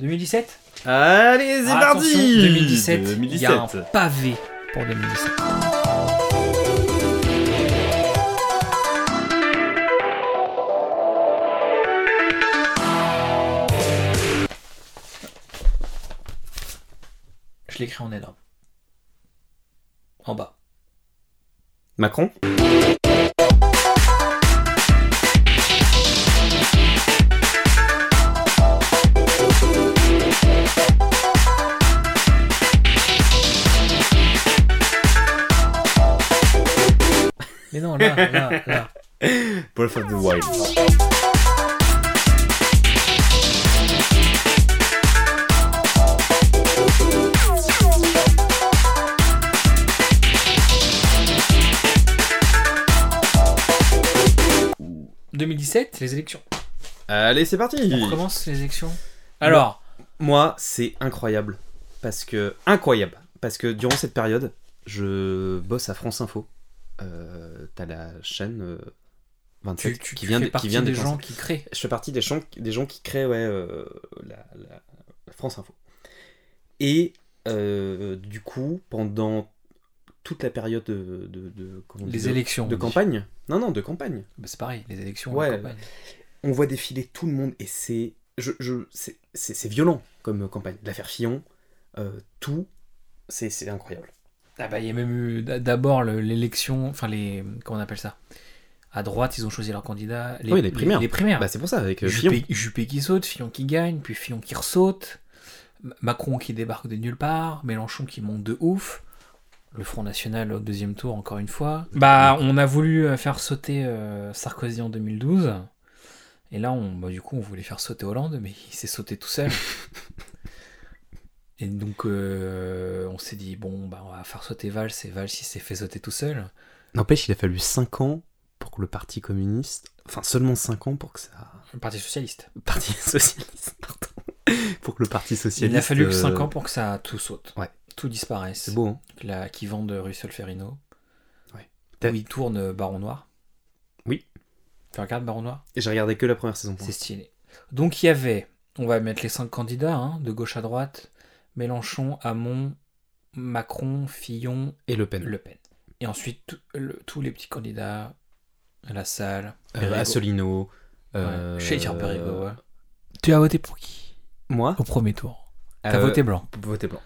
2017 Allez, c'est parti Ah, Attention, 2017, il y a un 2017. pavé pour 2017. Je l'écris en énorme. En bas. Macron Mais non, là, là, là. Breath of the Wild. Ouh. 2017, les élections. Allez, c'est parti On commence les élections. Alors, Moi, c'est incroyable. Parce que. Incroyable. Parce que durant cette période, je bosse à France Info. Euh, T'as la chaîne euh, tu, 27 tu- qui tu vient, fais de- qui partie vient de des commencer. gens qui créent. Je fais partie des gens, des gens qui créent ouais, euh, la, la- la France Info. Et euh, du coup, pendant toute la période de, de- de- comment on dit, Les de- élections. de on dit. campagne, non, non, de campagne, Bah, c'est pareil, les élections. Ouais. la campagne. on voit défiler tout le monde et c'est je, je- c'est- c'est c'est violent comme campagne. L'affaire Fillon, euh, tout, c'est c'est incroyable. Ah bah, il y a même eu d- d'abord le- l'élection, enfin les. Comment on appelle ça À droite, ils ont choisi leur candidat. Oui, les primaires. Les, primaires. Bah, c'est pour ça, avec euh, Fillon. Juppé, Juppé qui saute, Fillon qui gagne, puis Fillon qui ressaute, M- Macron qui débarque de nulle part, Mélenchon qui monte de ouf, le Front National au deuxième tour encore une fois. Bah, on a voulu euh, faire sauter euh, Sarkozy en 2012, et là, on, bah, du coup, on voulait faire sauter Hollande, mais il s'est sauté tout seul. Et donc, euh, on s'est dit, bon, bah, on va faire sauter Valls, et Valls, il s'est fait sauter tout seul. N'empêche, il a fallu 5 ans pour que le Parti communiste, enfin seulement 5 ans pour que ça. Le Parti Socialiste. Le Parti socialiste, pardon. pour que le Parti socialiste. Il a fallu que euh, 5 ans pour que ça tout saute. Ouais. Tout disparaisse. C'est beau, hein Donc là, qui vendent Russell Ferrino. Ouais. Où il tourne euh, Baron Noir. Oui. Tu regardes Baron Noir Et j'ai regardé que la première saison. pour C'est stylé. Donc il y avait, on va mettre les cinq candidats, hein, de gauche à droite, Mélenchon, Hamon, Macron, Fillon, l'instant. Et Le Pen. Le Pen. Et ensuite tout- le- tous les petits candidats, La Salle, Euh, Perrigo. Asselineau. euh, Ouais. Chez Pierre Perrigo, euh, ouais. Tu as voté pour qui Moi au premier tour T'as Euh, voté blanc. Voté blanc.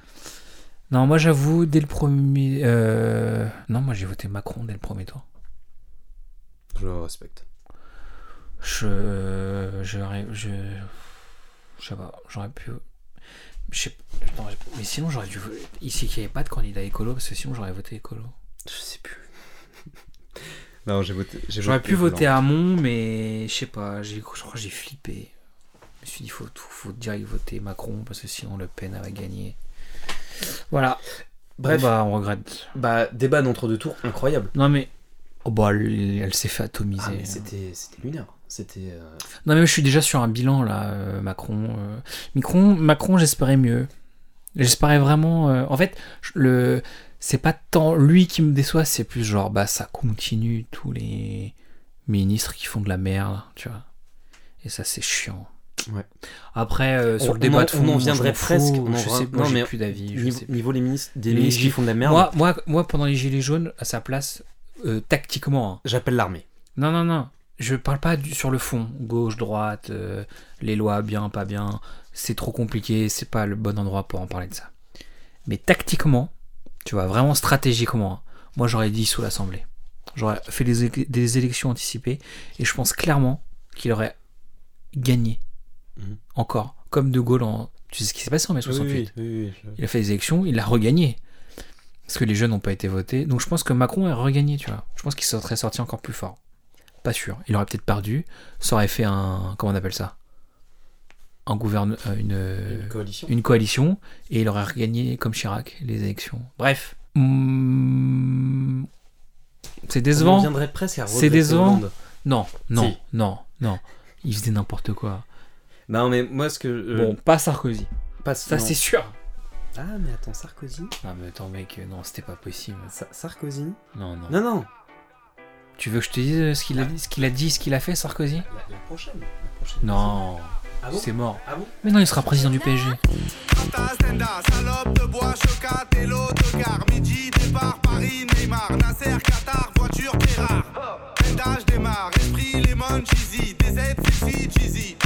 Non, moi j'avoue, dès le premier... euh, Non, moi j'ai voté Macron dès le premier tour. Je le respecte. Je. euh, Je. Je, je sais pas, j'aurais pu. Je sais attends, je- mais sinon j'aurais dû. Ici qu'il n'y avait pas de candidat écolo, parce que sinon j'aurais voté écolo. Je sais plus. non, j'ai voté. j'ai J'aurais pu voter blanc. Hamon, mais je sais pas, j'ai- je crois que j'ai flippé. Je me suis dit, faut, tout- faut direct voter Macron, parce que sinon Le Pen elle va gagner. Voilà. Bref, Bon, bah, on regrette. bah, débat d'entre-deux tours incroyable. Non, mais. Oh, bah, elle, elle s'est fait atomiser. Ah, mais c'était c'était lunaire. C'était. euh, Non mais je suis déjà sur un bilan là, euh, Macron. euh. Macron, Macron, j'espérais mieux. J'espérais vraiment. euh, En fait, je- le c'est pas tant lui qui me déçoit, c'est plus genre bah ça continue tous les ministres qui font de la merde, tu vois. Et ça c'est chiant. Ouais. Après euh, sur On- le on débat en- de on fond, en viendrait je m'en presque, fous, on en je vra- sais, moi, non, j'ai mais plus d'avis. je niveau, sais plus. niveau les ministres, des Les ministres qui gilets- font de la merde, Moi, moi, moi pendant les gilets jaunes, à sa place, euh, tactiquement. hein, j'appelle l'armée. non, non, non. Je parle pas du- sur le fond, gauche, droite, euh, les lois bien, pas bien. C'est trop compliqué, c'est pas le bon endroit pour en parler de ça. Mais tactiquement, tu vois, vraiment stratégiquement, hein, moi j'aurais dit sous l'Assemblée. J'aurais fait des, é- des élections anticipées et je pense clairement qu'il aurait gagné. Mhm. Encore. Comme De Gaulle en. Tu sais ce qui s'est passé en mai 68 oui, oui, il a fait des élections, il a regagné. Parce que les jeunes n'ont pas été votés. Donc je pense que Macron a regagné, tu vois. Je pense qu'il serait sorti encore plus fort. Pas sûr. Il aurait peut-être perdu. Ça aurait fait un. Comment on appelle ça Un gouverne. euh, je- Une, coalition. une coalition. Et il aurait regagné, comme Chirac, les élections. Bref. Mmh. C'est On en décevant viendrait presque à C'est regretter décevant. Hollande. Non, non, Si. non, non. Il faisait n'importe quoi. Non, mais moi, ce que. euh, Bon, pas Sarkozy. pas Ça, non. c'est sûr. Ah, mais attends, Sarkozy Non, mais attends, mec, non, c'était pas possible. Sa- Sarkozy Non, non. Non, non Tu veux que je te dise euh, ce qu'il a, ce qu'il a dit, ce qu'il a fait, Sarkozy la, la prochaine. la prochaine. Non. bon C'est mort. Ah bon Mais non, il sera président du PSG. Fantas, Nenda, salope de bois, chocat, télo de gare, midi, départ, Paris, Neymar, Nasser, Qatar, voiture, Terrar. Nenda, je démarre, esprit, lemon, cheesy, DZ, sexy, cheesy.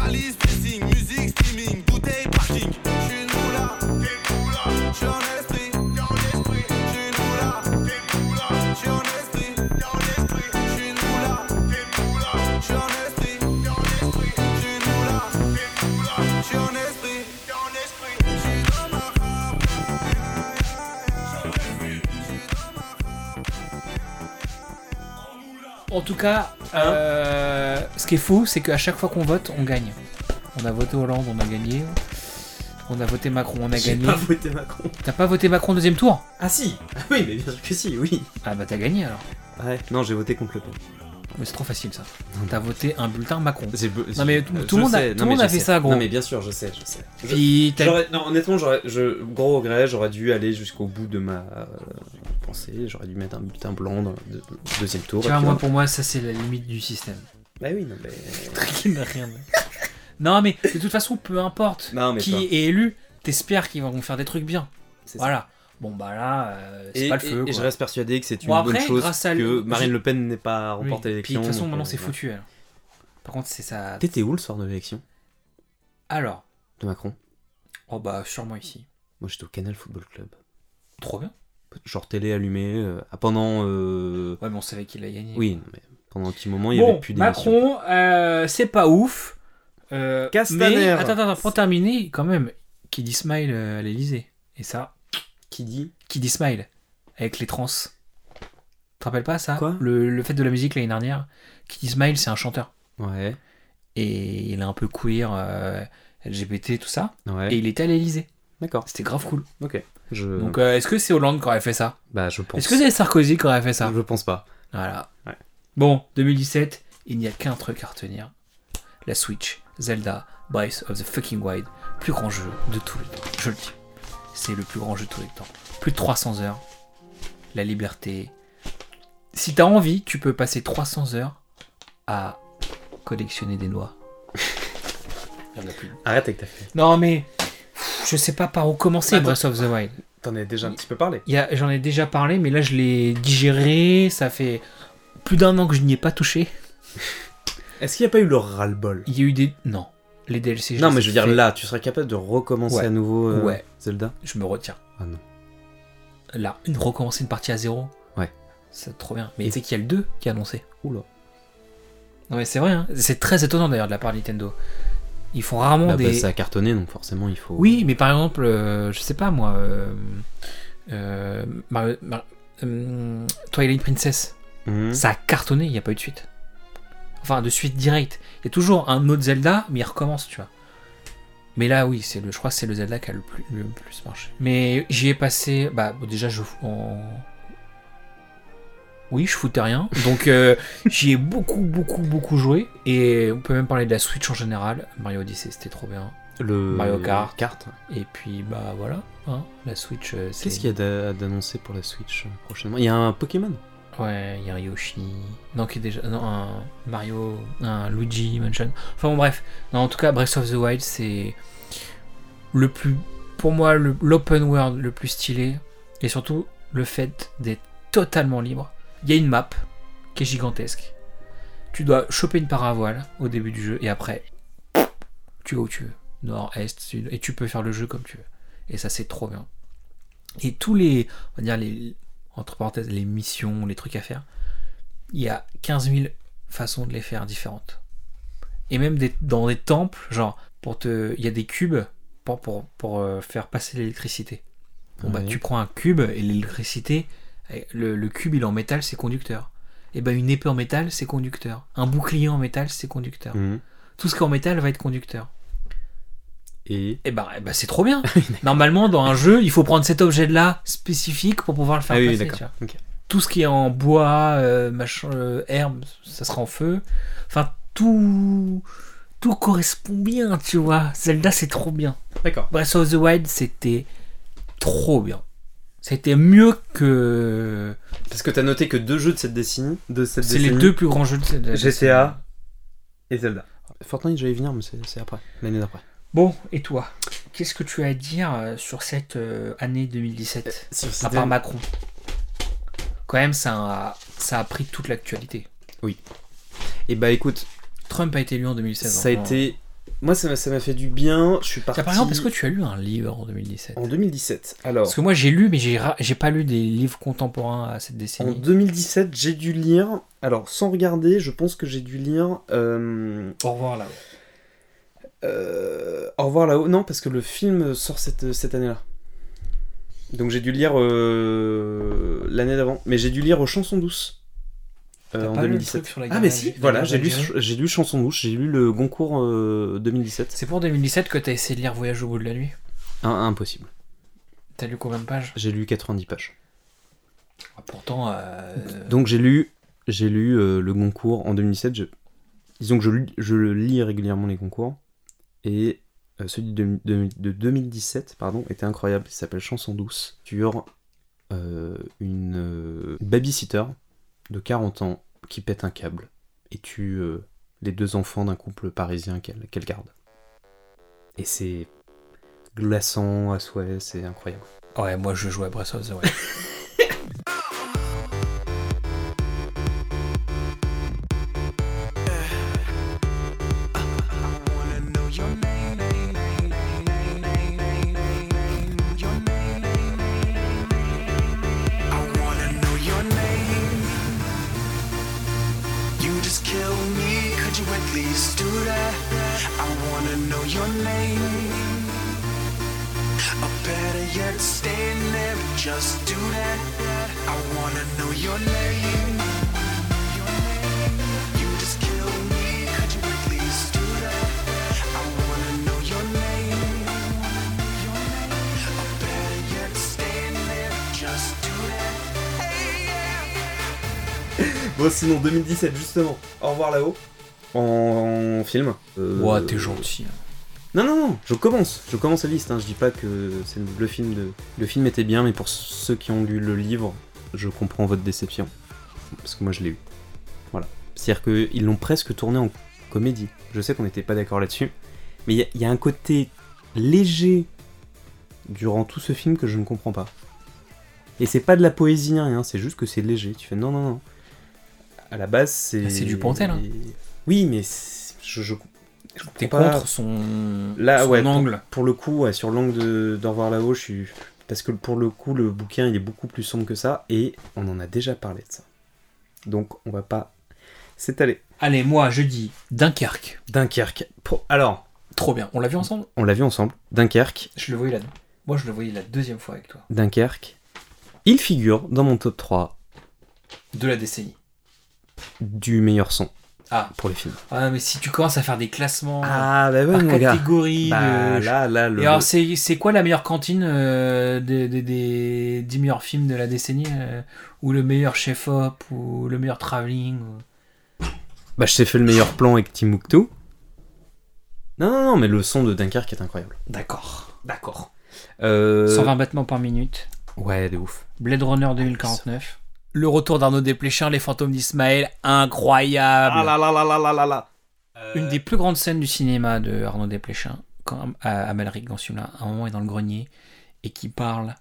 Rallye, spacing, musique, streaming, bouteille, parking. J'suis une moula, t'es moula, j'suis en esprit, t'es en esprit. J'suis une moula, t'es moula, j'suis en esprit, t'es en esprit. J'suis une moula, t'es moula, j'suis en esprit, t'es en esprit. J'suis une moula, t'es moula, j'suis en esprit, t'es en esprit. J'suis dans ma rave, En tout cas, euh, ce qui est fou, c'est qu'à chaque fois qu'on vote, on gagne. On a voté Hollande, on a gagné. On a voté Macron, on a J'ai gagné. pas voté Macron. T'as pas voté Macron au deuxième tour Ah si Ah oui, mais bien sûr que si, oui. Ah bah t'as gagné alors. Ouais. Non, j'ai voté contre Le Pen. Mais c'est trop facile ça. T'as voté un bulletin Macron. J'ai be- Non, mais je- tout- tout je le monde a- sais. tout Non, le monde mais a je fait sais. ça, gros. Non mais bien sûr, je sais, je sais. Je- Puis t'as- J'aurais- Non, honnêtement, j'aurais, je, gros regret, j'aurais dû aller jusqu'au bout de ma euh, pensée, j'aurais dû mettre un bulletin blanc dans le de- deuxième tour. Tu et vois, puis moi voilà. pour moi, ça c'est la limite du système. Bah oui, non, mais. Qui n'a rien. non mais de toute façon, peu importe Non, mais qui toi, est élu, t'espères qu'ils vont faire des trucs bien. c'est ça. Voilà. Bon bah là, euh, c'est Et, pas le feu. et- et je quoi. reste persuadé que c'est une Bon, bonne après, chose grâce à l- que Marine j'ai- Le Pen n'ait pas Oui. Puis remporté de l'élection. toute façon, donc, maintenant euh, c'est voilà. foutu. alors. Par contre, c'est ça. T'étais où le soir de l'élection Alors, de Macron oh bah sûrement ici. Moi j'étais au Canal Football Club. Trop bien. Genre télé allumée, euh, ah, pendant. euh, Ouais, mais on savait qu'il a gagné. Oui, non, mais pendant un petit moment il y bon, avait plus d'émission. Macron, euh, c'est pas ouf. Euh, Castaner. Mais, attends, attends, attends, pour terminer, quand même, qui dit smile euh, à l'Elysée. Et ça, Qui dit qui dit smile avec les trans. Tu te rappelles pas ça Quoi le, le fait de la musique l'année dernière. Qui dit smile, c'est un chanteur. Ouais, Et il est un peu queer, euh, LGBT, tout ça. ouais. Et il était à l'Elysée. D'accord, C'était grave cool. ok. Je... Donc, euh, est-ce que c'est Hollande qui aurait fait ça bah, je pense. Est-ce que c'est Sarkozy qui aurait fait ça Je pense pas. Voilà. Ouais. Bon, 2017, il n'y a qu'un truc à retenir. La Switch, Zelda, Breath of the Fucking Wild, plus grand jeu de tous les temps. Je le dis. C'est le plus grand jeu de tous les temps. Plus de 300 heures. La liberté. Si t'as envie, tu peux passer 300 heures à collectionner des noix. Il y en a plus. Arrête avec ta fille. Non mais, pff, je sais pas par où commencer Attends. Breath of the Wild. T'en as déjà un petit peu parlé. Il y a- J'en ai déjà parlé, mais là je l'ai digéré. Ça fait plus d'un an que je n'y ai pas touché. Est-ce qu'il n'y a pas eu le ras-le-bol Il y a eu des. Non. Les DLC. Non, les mais ai je veux dire, fait. là, tu serais capable de recommencer Ouais. à nouveau euh, Ouais. Zelda Je me retiens. Ah non. Là, une recommencer une partie à zéro. Ouais. C'est trop bien. Mais tu sais qu'il y a le 2 qui est annoncé. Oula. Non, mais c'est vrai. hein. C'est très étonnant d'ailleurs de la part de Nintendo. Ils font rarement Bah, des. bah, ça a cartonné, donc forcément, il faut. Oui, mais par exemple, euh, je sais pas moi. euh, euh, Mario- Mar- euh, Twilight Princess. Mhm. Ça a cartonné, il n'y a pas eu de suite. Enfin, de suite directe. Il y a toujours un autre Zelda, mais il recommence, tu vois. Mais là, oui, c'est le, je crois que c'est le Zelda qui a le plus, le plus marché. Mais j'y ai passé. Bah, bon, déjà, je. en- Oui, je foutais rien. Donc, euh, j'y ai beaucoup, beaucoup, beaucoup joué. Et on peut même parler de la Switch en général. Mario Odyssey, c'était trop bien. Le Mario Kart. Kart. Et puis, bah voilà. hein, la Switch, euh, c'est. Qu'est-ce qu'il y a d'a- d'annoncé pour la Switch euh, prochainement Il y a un Pokémon Ouais, il y a un Yoshi. Non, qui est déjà. Non, un Mario. Un Luigi Mansion. Enfin bon, bref. Non, en tout cas, Breath of the Wild, c'est. Le plus. Pour moi, le- l'open world le plus stylé. Et surtout, le fait d'être totalement libre. Il y a une map qui est gigantesque. Tu dois choper une paravoile au début du jeu. Et après, tu vas où tu veux. Nord, est, sud. Et tu peux faire le jeu comme tu veux. Et ça, c'est trop bien. Et tous les. On va dire les entre parenthèses, les missions, les trucs à faire, il y a 15 000 façons de les faire différentes. Et même des- dans des temples, genre, pour te, il y a des cubes pour, pour, pour, euh, faire passer l'électricité. Bon, bah, Ouais. tu prends un cube et l'électricité, euh, le, le cube, il est en métal, c'est conducteur. Et ben une épée en métal, c'est conducteur. Un bouclier en métal, c'est conducteur. Mhm. Tout ce qui est en métal va être conducteur. Et. Et ben, eh ben, c'est trop bien. Normalement, dans un jeu, il faut prendre cet objet-là spécifique pour pouvoir le faire Ah oui, passer. tu vois d'accord. Ok. tout ce qui est en bois, euh, machin, euh, herbe, ça sera en feu. Enfin, tout, tout correspond bien, tu vois. Zelda, c'est trop bien. D'accord. Breath of the Wild, c'était trop bien. C'était mieux que. Parce que t'as noté que deux jeux de cette décennie. De cette C'est les décennie deux plus grands jeux de de- de- GTA. Et Zelda. Fortnite, j'allais venir, mais c'est c'est après, l'année d'après. Bon, et toi Qu'est-ce que tu as à dire euh, sur cette euh, année 2017 À part Macron. Quand même, ça a, ça a pris toute l'actualité. Et bah écoute, Trump a été élu en 2016. ça a hein. été. Moi, ça m'a- ça m'a fait du bien. Je suis parti. Tiens, par exemple, est-ce que tu as lu un livre en 2017 En 2017. Alors, Parce que moi, j'ai lu, mais j'ai ra- j'ai pas lu des livres contemporains à cette en décennie. 2017, j'ai dû lire. Alors, sans regarder, je pense que j'ai dû lire. euh, Au revoir là. euh, Au revoir là-haut. Non, parce que le film sort cette, cette année-là. Donc, j'ai dû lire euh, l'année d'avant. Mais j'ai dû lire Chansons douces. euh, en 2017. Ah mais si, voilà, j'ai lu, j'ai lu Chanson Douce, j'ai lu le Goncourt euh, 2017. C'est pour 2017 que t'as essayé de lire Voyage au bout de la nuit. Un- impossible. T'as lu combien de pages J'ai lu 90 pages. Ah, Pourtant, euh, Donc j'ai lu, j'ai lu euh, le Goncourt en 2017. Je... Disons que je, lis- je le lis régulièrement les Goncourt et euh, celui de, de- de 2017 pardon était incroyable. Il s'appelle Chanson Douce sur euh, une euh, babysitter de 40 ans qui pète un câble et tue euh, les deux enfants d'un couple parisien qu'elle qu'elle garde. Et c'est glaçant à souhait, c'est incroyable. ouais, moi je joue à Breath of the Wild. Stand there, but just do that. I wanna know your name. You just kill me. Could you at least do that? I wanna know your name. Or better yet, stand there. Just do that. Hey, yeah. Bon, sinon 2017, justement. Au revoir là-haut. En film. Euh, Ouah, t'es gentil. hein. Non, non, non, je commence. Je commence la liste. hein. Je dis pas que c'est le film de. Le film était bien, mais pour ceux qui ont lu le livre, je comprends votre déception. Parce que moi, je l'ai eu. Voilà. C'est-à-dire qu'ils l'ont presque tourné en comédie. Je sais qu'on n'était pas d'accord là-dessus. Mais il y a- il y, a un côté léger durant tout ce film que je ne comprends pas. Et c'est pas de la poésie, ni rien. C'est juste que c'est léger. Tu fais non, non, non. À la base, c'est. Ah, c'est du Pantel, hein. Oui, mais c'est- je, je T'es comprends pas. contre son, Là, son ouais, pour- angle. Pour le coup, ouais, sur l'angle de- d'Au revoir là-haut, je suis. Parce que pour le coup, le bouquin, il est beaucoup plus sombre que ça, et on en a déjà parlé de ça. Donc, on va pas s'étaler. Allez, moi je dis Dunkerque. Dunkerque. Pro- Alors, Trop bien. On l'a vu ensemble on l'a vu ensemble. Dunkerque. Je le voyais là. Moi je le voyais la deuxième fois avec toi. Dunkerque. Il figure dans mon top 3 De la décennie. du meilleur son Ah. pour les films. Ah, mais si tu commences à faire des classements bah Ah. par catégorie. Bah, de- là, là, le. Et alors, c'est c'est quoi la meilleure cantine euh, des, des, des 10 meilleurs films de la décennie euh, Ou le meilleur chef-op Ou le meilleur travelling ou- Bah, je t'ai fait le meilleur plan avec Timbuktu. Non, non, non, mais le son de Dunkerque est incroyable. D'accord. D'accord. Euh... 120 battements par minute. Ouais, de ouf. Blade Runner 2049. Le retour d'Arnaud Desplechin, Les fantômes d'Ismaël. Incroyable Ah, là là là là là là. Une des plus grandes scènes du cinéma de Arnaud Desplechin, quand euh, à- Amalric dans celui-là, un moment est dans le grenier et qui parle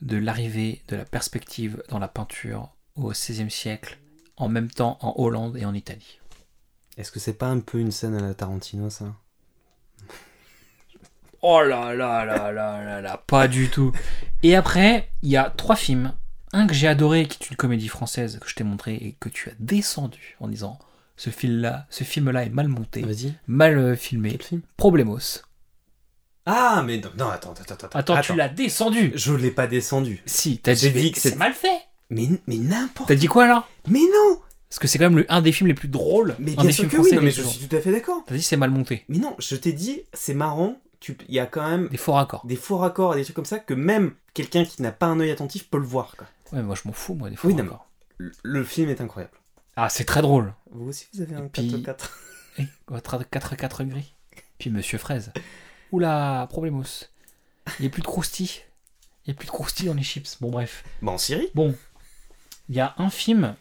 de l'arrivée de la perspective dans la peinture au XVIe siècle, en même temps en Hollande et en Italie. Est-ce que c'est pas un peu une scène à la Tarantino ça Oh là là là là là là, pas du tout. Et après, il y a trois films. Un que j'ai adoré, qui est une comédie française que je t'ai montré et que tu as descendu en disant ce film-là, ce film-là est mal monté, Vas-y. mal euh, filmé. film Problemos. Ah mais non, non, attends attends attends Attends, tu l'as descendu. Je l'ai pas descendu. Si, t'as J'ai dit, dit mais que c'est c'est- mal fait. Mais mais n'importe. T'as dit quoi alors Mais non. Parce que c'est quand même le- un des films les plus drôles. Mais un bien des sûr films que oui. français Non les mais plus je drôles. suis tout à fait d'accord. T'as dit c'est mal monté. Mais non, je t'ai dit c'est marrant. Tu il y a quand même Des faux raccords. des faux raccords et des trucs comme ça que même quelqu'un qui n'a pas un œil attentif peut le voir. quoi. Ouais, moi je m'en fous, moi, des faux Oui, non, raccords. Le, le film est incroyable. Ah, c'est très drôle. Vous aussi vous avez un puis- 4-4. Eh, 4-4 gris. Puis Monsieur Fraise. Oula, problemos. Il n'y a plus de croustilles. Il n'y a plus de croustilles dans les chips. Bon, bref. Bah en Syrie. Bon. Il y a un film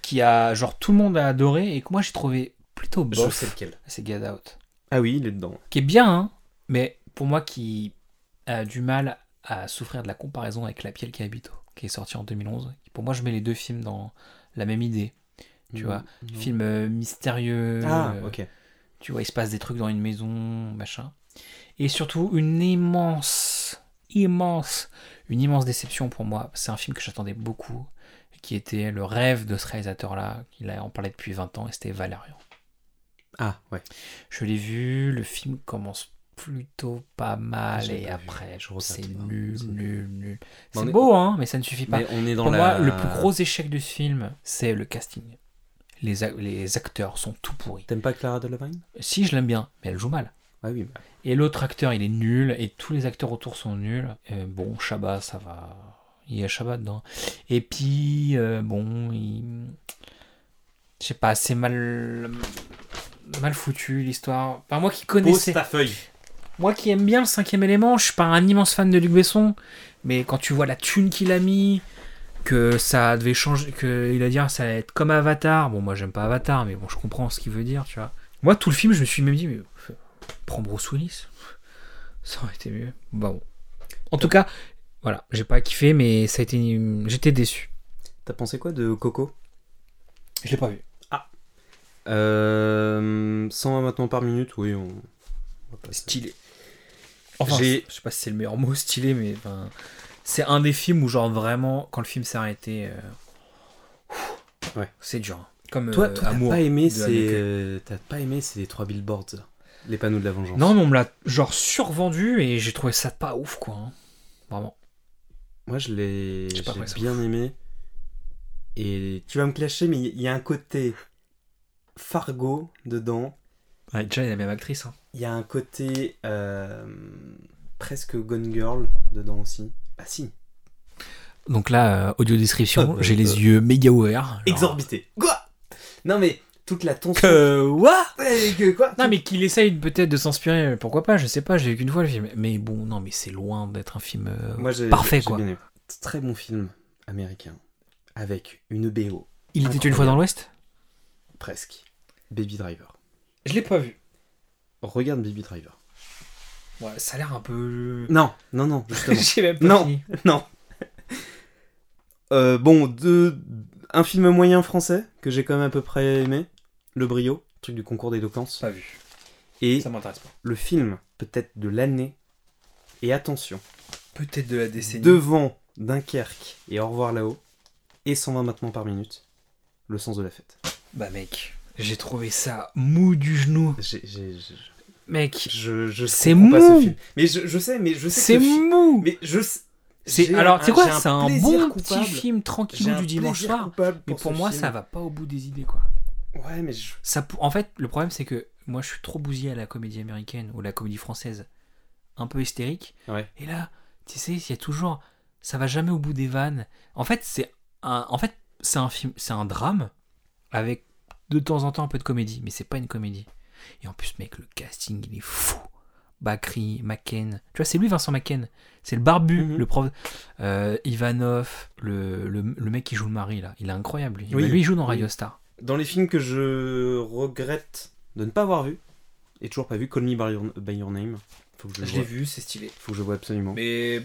qui a, genre, tout le monde a adoré et que moi j'ai trouvé plutôt plutôt Je bof. sais lequel. C'est Get Out. Ah oui, il est dedans. Qui est bien, hein, mais pour moi qui a du mal à souffrir de la comparaison avec La Pielle qui habite, qui est sorti en 2011. Pour moi, je mets les deux films dans la même idée. Tu vois, Mmh. non. film euh, mystérieux. Ah, euh, ok. Tu vois, il se passe des trucs dans une maison, machin. Et surtout, une immense, immense, une immense déception pour moi. C'est un film que j'attendais beaucoup, qui était le rêve de ce réalisateur-là, qu'il a en parlait depuis 20 ans, et c'était Valérian. Ah, ouais. Je l'ai vu, le film commence plutôt pas mal, Je l'ai et pas vu, après, je regrette c'est pas. nul, C'est- nul, nul. Mais C'est on est- beau, hein, mais ça ne suffit pas. Mais on est dans Pour la... moi, le plus gros échec du film, c'est le casting. Les, a- les acteurs sont tout pourris. T'aimes pas Clara Delevingne Si, je l'aime bien, mais elle joue mal. Ah oui, bah, Et l'autre acteur, il est nul, et tous les acteurs autour sont nuls. Euh, bon, Chabat, ça va. Il y a Chabat dedans. Et puis, euh, bon, il... Je sais pas, c'est mal... Mal foutu, l'histoire. Enfin, moi qui Pose connaissais... ta feuille. Moi qui aime bien le cinquième élément, je suis pas un immense fan de Luc Besson, mais quand tu vois la thune qu'il a mis, que ça devait changer, que il a dit ah, ça va être comme Avatar. Bon, moi j'aime pas Avatar, mais bon, je comprends ce qu'il veut dire, tu vois. Moi, tout le film, je me suis même dit, mais euh, prends Bruce Willis, ça aurait été mieux. Bah bon. En tout cas, voilà, j'ai pas kiffé, mais ça a été, une- j'étais déçu. T'as pensé quoi de Coco Je l'ai pas vu. euh, 120 maintenant par minute, oui. On... on va pas se- Stylé. Enfin, J'ai- je sais pas si c'est le meilleur mot, stylé, mais enfin, c'est un des films où, genre, vraiment, quand le film s'est arrêté, euh, ouf, Ouais. c'est dur. hein. Comme Toi, euh, toi, t'as Amour pas aimé de ces, Haneke. euh, t'as pas aimé ces trois billboards, là. les panneaux de la vengeance. Non, mais on me l'a, genre, survendu et j'ai trouvé ça pas ouf, quoi. hein. Vraiment. Moi, je l'ai, J'ai pas trouvé j'ai ça bien aimé. Et tu vas me clasher, mais il y a un côté Fargo dedans. déjà, il y a la même actrice. hein. Il y a un côté euh, presque Gone Girl dedans aussi. Bah si. Donc là, euh, audio description, Ah, bah, j'ai les bah. yeux méga ouverts. genre- Exorbité. Quoi Non mais toute la tension. Que what Ouais, que quoi Non, mais qu'il essaye peut-être de s'inspirer, pourquoi pas, je sais pas, j'ai vu qu'une fois le film. Mais bon, non, mais c'est loin d'être un film euh, Moi, j'ai- parfait, j'ai quoi. bien aimé. Très bon film américain avec une BO Il était une fois dans l'Ouest presque. Baby Driver. Je l'ai pas vu. Regarde Baby Driver. Ouais, ça a l'air un peu. Non, non, non, justement. J'ai même pas Non. non. Euh, bon, deux- un film moyen français que j'ai quand même à peu près aimé, Le Brio, truc du concours d'éloquence, Pas vu. et m'intéresse pas. le film peut-être de l'année. Et attention, Peut-être de la décennie. devant Dunkerque et Au revoir là-haut et 120 maintenant par minute, Le sens de la fête. Bah mec, j'ai trouvé ça mou du genou. J'ai- j'ai- j'ai- Mec, je je C'est comprends pas mou. ce film. Mais je, je sais, mais je sais. c'est que ce film- mou. Mais je. sais- C'est j'ai alors un- c'est quoi j'ai C'est un plaisir bon coupable. petit film J'ai tranquillou un du dimanche plaisir soir. coupable Mais pour ce moi, film. ça va pas au bout des idées quoi. Ouais, mais je- Ça, pou- en fait, le problème c'est que moi je suis trop bousillé à la comédie américaine ou la comédie française, un peu hystérique. Ouais. Et là, tu sais, il y a toujours, ça va jamais au bout des vannes. En fait, c'est un, en fait, c'est un film, c'est un drame avec de temps en temps un peu de comédie, mais c'est pas une comédie. Et en plus, mec, le casting il est fou. Bakri, Macken, tu vois, c'est lui Vincent Macken, c'est le barbu, Mhm. le prof, euh, Ivanov, le, le, le mec qui joue le mari là, il est incroyable lui. Oui. Bah, lui, il joue dans Oui. Radio Star. Dans les films que je regrette de ne pas avoir vu, et toujours pas vu, Call Me By Your, By Your Name. Faut que je, le voie. vu, c'est stylé. Faut que je vois absolument. Mais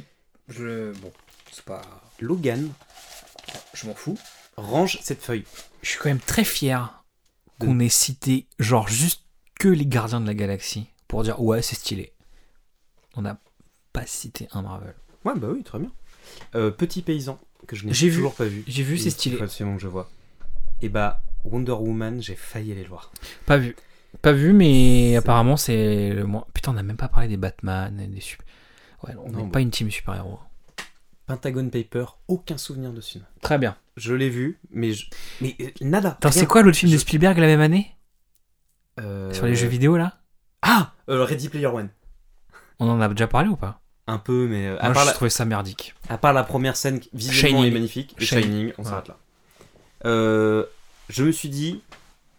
je. Bon, c'est pas. Logan Je m'en fous. range cette feuille. Je suis quand même très fier De- qu'on ait cité, genre, juste que les gardiens de la galaxie pour dire ouais, c'est stylé. On n'a pas cité un Marvel. Ouais, bah oui, très bien. Euh, Petit paysan que je n'ai J'ai vu. toujours pas vu. J'ai vu, c'est Il faut stylé. absolument que je vois. Et bah Wonder Woman, j'ai failli aller le voir. Pas vu. Pas vu, mais apparemment, c'est le moins. Putain, on n'a même pas parlé des Batman, et des super. Ouais, on Non, n'est mais- pas une team super-héros. Pentagon Paper, aucun souvenir de ce film. Très bien. Je l'ai vu, mais je... mais euh, nada. Attends, rien. c'est quoi l'autre film de Je- Spielberg la même année Euh, Sur les jeux vidéo, là Ah, euh, Ready Player One. On en a déjà parlé ou pas Un peu, mais euh, à, Moi, part je la, trouvais ça merdique. à part la première scène qui, visuellement Shining. est magnifique, et Shining. Shining, on Voilà. s'arrête là. Euh, je me suis dit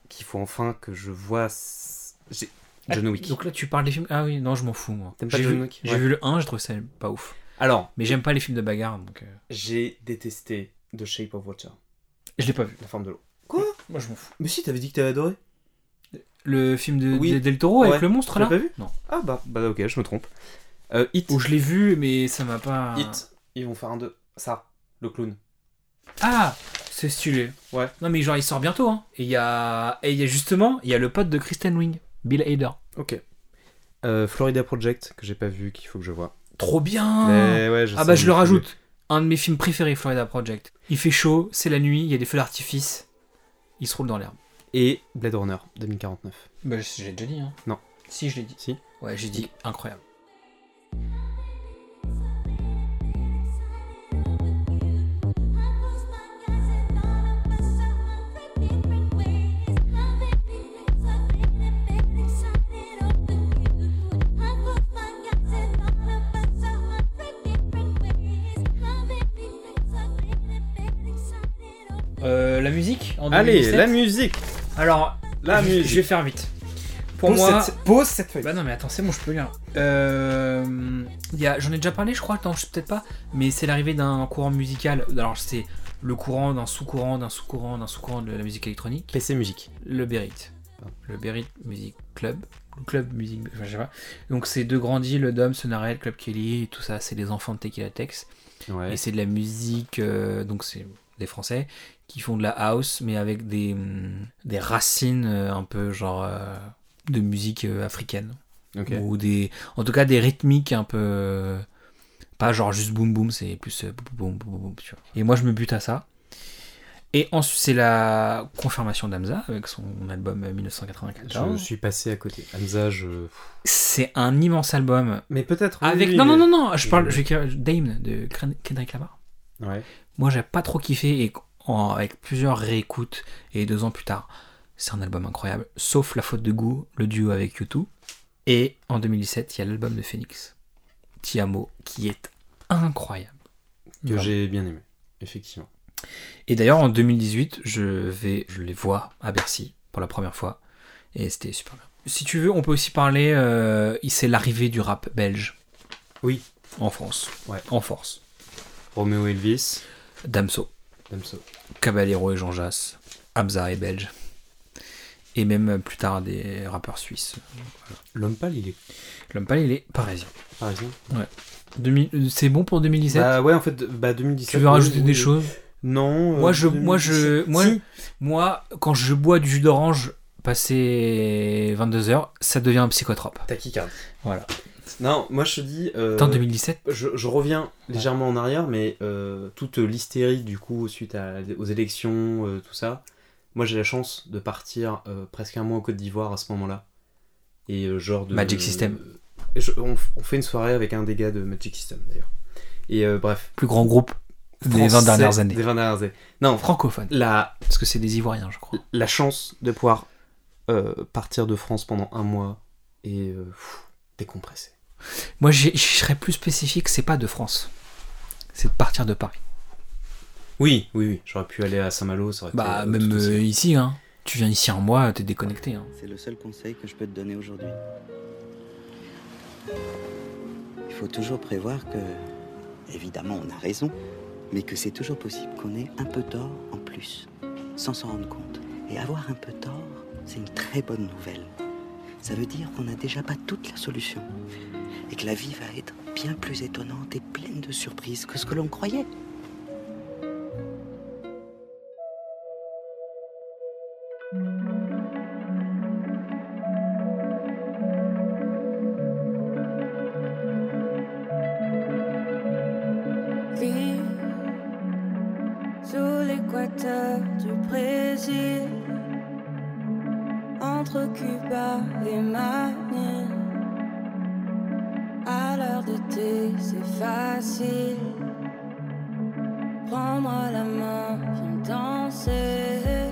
qu'il faut enfin que je vois s- j'ai- John Wick. Ah, Donc là, tu parles des films. Ah oui, non, je m'en fous, moi. T'aimes pas J'ai John vu, Wick j'ai Ouais. vu le 1, je trouve ça pas ouf. Alors, Mais j'aime pas les films de bagarre, donc. euh, j'ai détesté The Shape of Water, Je l'ai pas vu. la forme de l'eau. Moi, je m'en fous. Mais si, t'avais dit que t'avais adoré. Le film de, Oui. de- Del Toro avec Ouais. le monstre Tu l'as là pas vu Non. Ah bah, bah ok, je me trompe. Euh, Hit. Ou je l'ai vu, mais ça m'a pas. Hit. Ils vont faire un 2. Ça, le clown. Ah C'est stylé. Ouais. Non, mais genre, il sort bientôt. Hein. Et il y a. Et il y a justement, il y a le pote de Kristen Wing, Bill Hader. Ok. Euh, Florida Project, que j'ai pas vu, qu'il faut que je vois. Trop bien Mais ouais, je Ah sais, bah, je le mais- rajoute. Un de mes films préférés, Florida Project. Il fait chaud, c'est la nuit, il y a des feux d'artifice. Il se roule dans l'herbe. Et Blade Runner 2049. Bah, j'ai déjà dit, hein. Non. Si, je l'ai dit. Si. Ouais, j'ai dit incroyable. Euh, la musique en Allez, 2017. la musique Alors, La je- musique. Je vais faire vite. Pour moi. pose cette feuille. Bah non, mais attends, c'est bon, je peux lire. Euh, il y a- J'en ai déjà parlé, je crois, attends, je sais peut-être pas, mais c'est l'arrivée d'un courant musical. Alors, c'est le courant d'un sous-courant, d'un sous-courant, d'un sous-courant de la musique électronique. PC Musique. le Berit. Pardon. Le Berit Music Club. Le club musique, je sais pas. Donc c'est deux grands deals, le Dom, Sonarel, Club Kelly, tout ça, c'est des enfants de Tequila Tex. Ouais. Et c'est de la musique, euh, donc c'est des Français qui font de la house, mais avec des, hum, des racines euh, un peu genre euh, de musique euh, africaine. Ok. Ou des, en tout cas des rythmiques un peu... euh, pas genre juste boum boum, c'est plus euh, boum boum boum boum. tu vois. Et moi je me bute à ça. Et ensuite c'est la confirmation d'Amza avec son album euh, Je 1994. suis passé à côté. Hamza, je. C'est un immense album. Mais peut-être. oui, Avec Ah oui, non mais- non non non, je oui, parle oui. je vais- Dame de Kren- Kendrick Lamar. Ouais. Moi j'ai pas trop kiffé et en- avec plusieurs réécoutes et deux ans plus tard, c'est un album incroyable. Sauf la faute de goût, le duo avec U2. Et en 2017, il y a l'album de Phoenix, Ti Amo, qui est incroyable. Que Vraiment. j'ai bien aimé. Effectivement. Et d'ailleurs, en 2018, je vais, je les vois à Bercy pour la première fois, et c'était super bien. Si tu veux, on peut aussi parler. Euh, c'est l'arrivée du rap belge. Oui. En France. Ouais. En force. Romeo Elvis. Damso, Damso. Caballero et Jean Jass, Hamza et Belge, et même euh, plus tard des rappeurs suisses. L'homme pâle, il est L'homme pâle, il est parisien. parisien. 2000 euh, C'est bon pour 2017. Bah ouais, en fait, bah 2017. tu veux oui, rajouter oui, des oui. choses Non. Moi, euh, je- moi, je- 2017. moi- Si. Moi, quand je bois du jus d'orange passé 22h, ça devient un psychotrope. Tachycardie. Voilà. Non, moi je te dis. euh, Attends, 2017, je, je reviens légèrement en arrière, mais euh, toute l'hystérie du coup suite à- aux élections, euh, tout ça. Moi j'ai la chance de partir euh, presque un mois en Côte d'Ivoire à ce moment-là. Et euh, genre de. Magic System. Et je- on, f- on fait une soirée avec un des gars de Magic System d'ailleurs. Et euh, bref. plus grand groupe des 20 Français- dernières années. Des 20 dernières années. Non, fran- Francophone. la, Parce que c'est des Ivoiriens, je crois. la chance de pouvoir euh, partir de France pendant un mois et euh, pff, décompresser. Moi, j'ai- je serais plus spécifique, c'est pas de France. C'est de partir de Paris. Oui, oui, oui. J'aurais pu aller à Saint-Malo, ça aurait Bah, été. euh, même tout aussi- euh, ici, hein. Tu viens ici un mois, t'es déconnecté. Hein. C'est le seul conseil que je peux te donner aujourd'hui. Il faut toujours prévoir que, évidemment, on a raison, mais que c'est toujours possible qu'on ait un peu tort en plus, sans s'en rendre compte. Et avoir un peu tort, c'est une très bonne nouvelle. Ça veut dire qu'on n'a déjà pas toute la solution et que la vie va être bien plus étonnante et pleine de surprises que ce que l'on croyait. L'île, sous l'équateur du Brésil, entre Cuba et Manille, à l'heure de thé, c'est facile. Prendre la main, viens danser.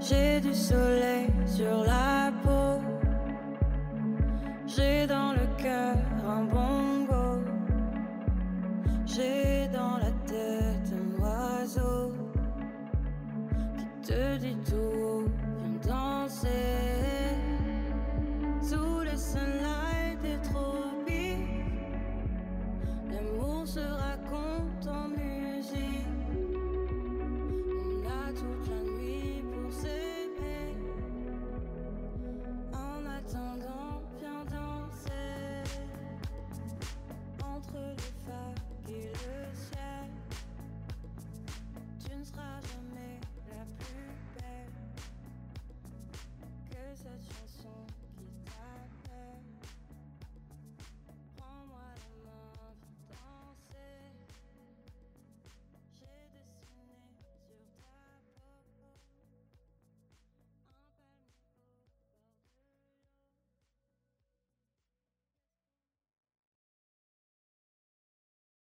J'ai du soleil sur la peau. J'ai dans le cœur un bon goût. J'ai dans la tête un oiseau qui te dit tout haut, viens danser sous les sunlight des tropiques. L'amour sera